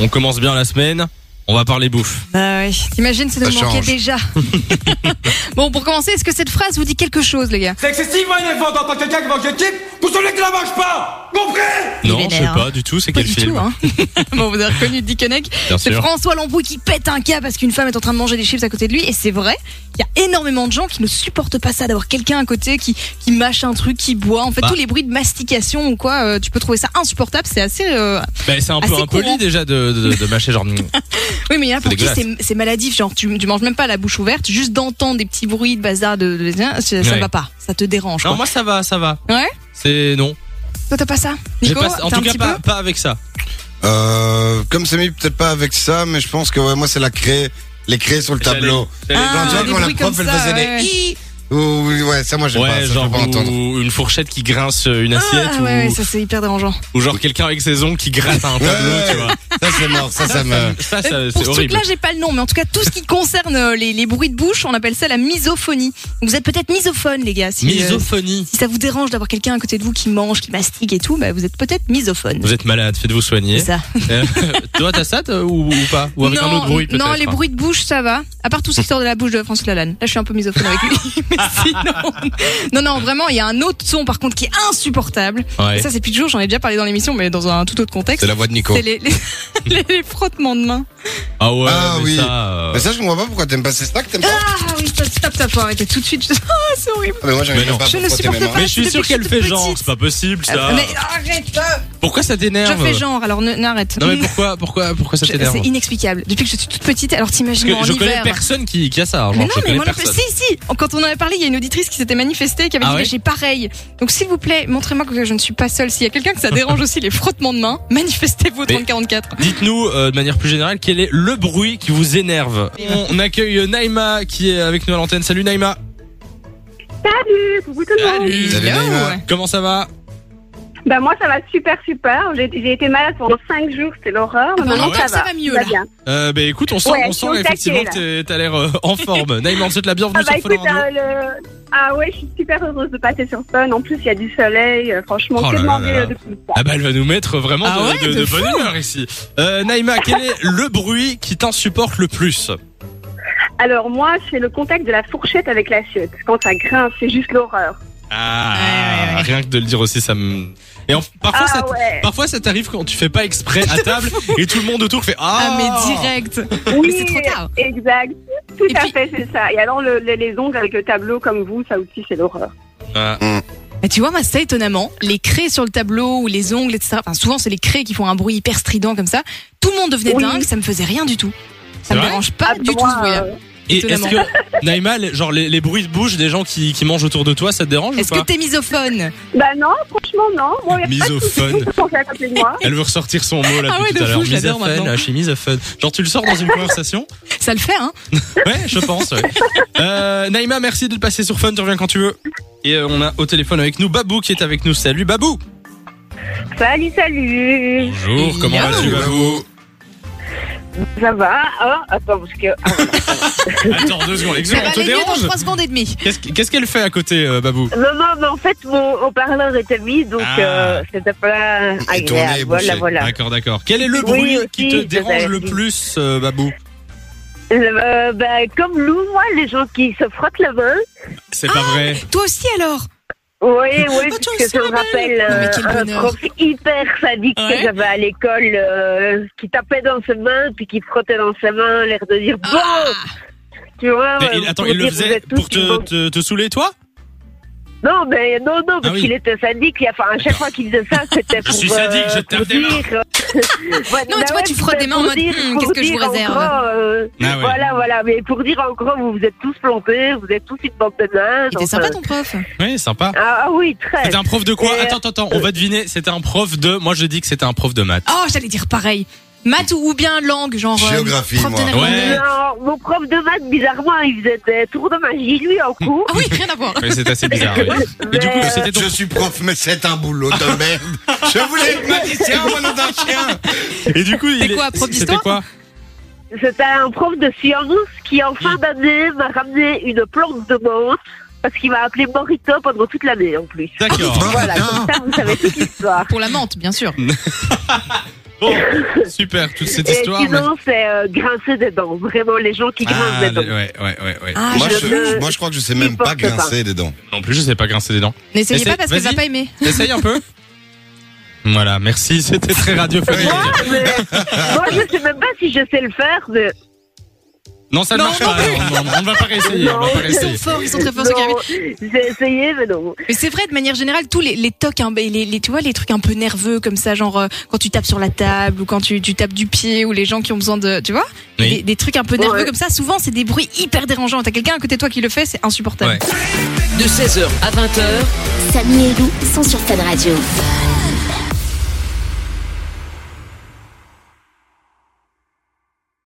On commence bien la semaine. On va parler bouffe. Bah ouais, t'imagines, ça nous Ça manquait change. déjà. bon, pour commencer, est-ce que cette phrase vous dit quelque chose, les gars C'est excessivement énervant d'entendre quelqu'un qui mange des chips pour celui qui la mange pas Compris Il est Non, je sais vénère. pas du tout. C'est Pas quel du film tout, hein. bon, vous avez reconnu Dick Koenig. Bien C'est sûr. François Lambouille qui pète un cas parce qu'une femme est en train de manger des chips à côté de lui. Et c'est vrai, il y a énormément de gens qui ne supportent pas ça, d'avoir quelqu'un à côté qui, qui mâche un truc, qui boit. En fait, Bah. tous les bruits de mastication ou quoi, euh, tu peux trouver ça insupportable. C'est assez. euh, Bah, c'est un Assez peu impoli courant. déjà de, de, de mâcher genre. Oui, mais il y en a pour qui dégueulasse. c'est c'est maladif. Genre, tu, tu manges même pas la bouche ouverte, juste d'entendre des petits bruits de bazar, de, de- de- ça, ça Ouais. va pas. Ça te dérange. Non, quoi. moi ça va, ça va. Ouais C'est non. Toi, t'as pas ça J'ai Nico, pas, en t'as un tout cas petit peu pas, pas avec ça. Euh, comme c'est mis peut-être pas avec ça, mais je pense que ouais, moi c'est la craie, les craies sur le J'allais- tableau. j'allais Ah, Genre, tu vois, des quand la bruits prof comme elle ça, faisait ouais, ouais. des hi ou- oui, ouais, ça moi j'aime pas, Ouais, ça, je genre peux pas entendre. ou une fourchette qui grince euh, une assiette Ah ou, ouais, ouais, ça c'est hyper dérangeant. ou genre quelqu'un avec ses ongles qui gratte à un Ouais, tableau, ouais, tu vois. Ça c'est mort, ça ça me. Ça, ça, Euh, c'est Pour ce horrible. truc-là, j'ai pas le nom, mais en tout cas, tout ce qui concerne euh, les, les bruits de bouche, on appelle ça la misophonie. Vous êtes peut-être misophone, les gars. Si, euh, Misophonie. si ça vous dérange d'avoir quelqu'un à côté de vous qui mange, qui mastique et tout, bah, vous êtes peut-être misophone. Vous êtes malade, faites-vous soigner. C'est ça. Euh, Toi, t'as ça toi, ou, ou pas Ou avec non, un autre bruit peut-être non, les hein. bruits de bouche, ça va. À part tout ce qui sort de la bouche de François Lalanne. Là, je suis un peu misophone avec lui. mais sinon... Non, non, vraiment, il y a un autre son, par contre, qui est insupportable. Ouais. Et Ça, c'est plus de jour, j'en ai déjà parlé dans l'émission, mais dans un tout autre contexte. C'est la voix de Nico. C'est les, les- les- les frottements de mains. Ah ouais, Ah mais oui. ça. euh, Mais ça je comprends pas pourquoi t'aimes pas ces snacks, t'aimes pas. Ah oui, stop, stop, stop, faut arrêter tout de suite. Ah, c'est horrible. Ah, Mais moi j'arrive Mais non. pas. à Je ne frotter supporte mes mains. pas. Mais je suis depuis sûr que je qu'elle suis fait toute genre, petite. c'est pas possible ça. Euh, Mais arrête hein. Pourquoi ça Je t'énerve fais genre, alors ne- n'arrête. Non mais pourquoi pourquoi pourquoi ça Je- t'énerve C'est inexplicable. Depuis que je suis toute petite, alors t'imagines en Parce que je connais hiver. personne qui, qui a ça. Genre, mais non, je mais connais moi non plus. personne. Si, si. Quand on en avait parlé, il y a une auditrice qui s'était manifestée, qui avait Ah dit ouais mais j'ai pareil. Donc s'il vous plaît, montrez-moi que je ne suis pas seule. S'il y a quelqu'un que ça dérange aussi les frottements de mains, manifestez-vous au Mais- 3044. Dites-nous euh, de manière plus générale quel est le bruit qui vous énerve. On accueille Naïma qui est avec nous à l'antenne. Salut Naïma. Salut, coucou tout le monde. Salut. Salut, Hello. Naïma. Comment ça va Bah moi ça va super super. J'ai j'ai été malade pendant 5 jours, c'était l'horreur. Ah bah, mais maintenant ouais, ça, ça va. va mieux, Tout va là. bien. euh, bah écoute, on sent, Ouais, on je sent suis au taquet, effectivement que t'es- t'as l'air euh, en forme. Naïma, on te souhaite la bienvenue Ah bah sur Fun écoute, Radio. euh, le- ah ouais, je suis super heureuse de passer sur Fun. En plus il y a du soleil, euh, franchement, Oh que là demander là là. euh, de plus ça. Ah bah elle va nous mettre vraiment Ah de, ouais, de- de de bonne humeur ici. Euh, Naïma, quel est le bruit qui t'insupporte le plus Alors moi c'est le contact de la fourchette avec l'assiette. Quand ça grince, c'est juste l'horreur. Ah, Ouais, ouais, ouais. rien que de le dire aussi, ça me. Et en- parfois, ça, Ah ouais. parfois ça t'arrive quand tu fais pas exprès à table et tout le monde autour fait Ah ah. mais direct. Mais Oui, c'est trop tard. exact. Tout Et à puis- fait, c'est ça. Et alors le- les, les ongles avec le tableau comme vous, ça aussi c'est l'horreur. Ah, Mais tu vois, moi, ça étonnamment, les craies sur le tableau ou les ongles, etc. Enfin, souvent, c'est les craies qui font un bruit hyper strident comme ça. Tout le monde devenait Oui. dingue, ça me faisait rien du tout. C'est Ça me vrai dérange pas Ah, du tout moi, ce bruit-là. euh, Et est-ce étonnamment. que Naïma, les- genre les, les bruits de bouche des gens qui, qui mangent autour de toi, ça te dérange ou Est-ce que pas t'es misophone Bah non, franchement non. Moi, il y a pas de souci. Misophone. Tout le monde est à côté de moi. Elle veut ressortir son mot là Ah depuis ouais, tout de à l'heure. fou, je l'adore Misophone, maintenant. je suis misophone. Genre tu le sors dans une conversation Ça le fait, hein Ouais, je pense. ouais. Euh, Naïma, merci de le passer sur Fun. Tu reviens quand tu veux. Et euh, on a au téléphone avec nous Babou qui est avec nous. Salut Babou. Salut, salut. Bonjour. Comment Hello. vas-tu Euh, Babou Ça va hein Attends, parce que. ah, voilà. Attends deux secondes. Ça Excuse-moi, va on te aller mieux dans dérange 3 secondes et demie. Qu'est-ce qu'- qu'est-ce qu'elle fait à côté euh, Babou non, non, mais en fait, mon haut-parleur était mis, donc Ah. euh, c'était pas Et tourné et agréable. Voilà, bouché. voilà. D'accord, d'accord. Quel est le Oui, bruit aussi, qui te je dérange sais. le plus euh, Babou Euh, bah, comme nous, moi, les gens qui se frottent la main. C'est Ah, pas vrai. Toi aussi, alors Oui, Ah, oui, toi parce que aussi, ça me la rappelle belle. Non, mais euh, quel un bonheur. prof hyper sadique Ouais. que j'avais à l'école, euh, qui tapait dans ses mains, puis qui frottait dans ses mains, l'air de dire bon. Ah. Tu vois. Mais il- euh, attends, pour il le dire, vous faisait êtes tous pour une te, bonne- te, te saouler toi Non, mais non, non, parce Ah oui. qu'il était sadique. et Enfin, à chaque fois qu'il disait ça, c'était pour. suis sadique, je tape pour des mains. dire, euh, voilà, Non, mais tu vois, tu c'était frottes des mains en pour mode, dire- hmm, pour qu'est-ce que je dire vous en réserve gros, euh, Ah ouais. Voilà, voilà. Mais pour dire en gros, vous vous êtes tous plantés, vous êtes tous une bande de nains. Il était enfin. sympa ton prof. Oui, sympa. Ah ah oui, très. C'était un prof de quoi Et- euh, Attends, attends, attends, on va deviner. C'était un prof de. Moi, je dis que c'était un prof de maths. Oh, j'allais dire pareil. Maths ou ou bien langue, genre. euh, Géographie, prof de moi. néerlandais. Ouais. Non, mon prof de maths, bizarrement, il faisait des tours de magie, lui, en cours. Ah oui, rien à voir. Ouais, c'est assez bizarre. ouais. Ah Et du coup, Mais- c'était ton. Je suis prof, mais c'est un boulot de merde. Je voulais être Bah, magicien, moi, non d'un chien. Et du coup, il C'était est- quoi, C'était prof d'histoire quoi C'était un prof de science qui, en fin d'année, m'a ramené une plante de menthe. Parce qu'il m'a appelé Morito pendant toute l'année en plus. D'accord. Voilà, comme ça vous savez toute l'histoire. Pour la menthe, bien sûr. Bon, super, toute cette Et histoire. mais- sinon, c'est euh, grincer des dents. Vraiment, les gens qui grincent Ah, des dents. le- ouais, ouais, ouais, ouais. Ah, moi, je je, le- moi, je crois que je sais je même pas supporte pas. grincer des dents. Non plus, je sais pas grincer des dents. N'essayez Essaye, pas parce qu'elle va vas-y. pas aimer. T'essayes un peu Voilà, merci, c'était très radiophonique. Moi, Ah, mais- moi, je sais même pas si je sais le faire, mais. Non, ça ne Non, marche non pas. plus. Non, non, on ne va pas réessayer. on va pas Non. Ils sont réessayer. forts, ils sont très forts. ceux qui arrivent. Non, J'ai essayé, mais non. Mais c'est vrai, de manière générale, tous les, les tocs, hein, les, les, tu vois, les trucs un peu nerveux comme ça, genre euh, quand tu tapes sur la table ou quand tu, tu tapes du pied ou les gens qui ont besoin de, tu vois, Oui. des, des trucs un peu nerveux Ouais. comme ça. Souvent, c'est des bruits hyper dérangeants. T'as quelqu'un à côté de toi qui le fait, c'est insupportable. Ouais. De 16h à 20h, Samy et Lou sont sur Fan Radio.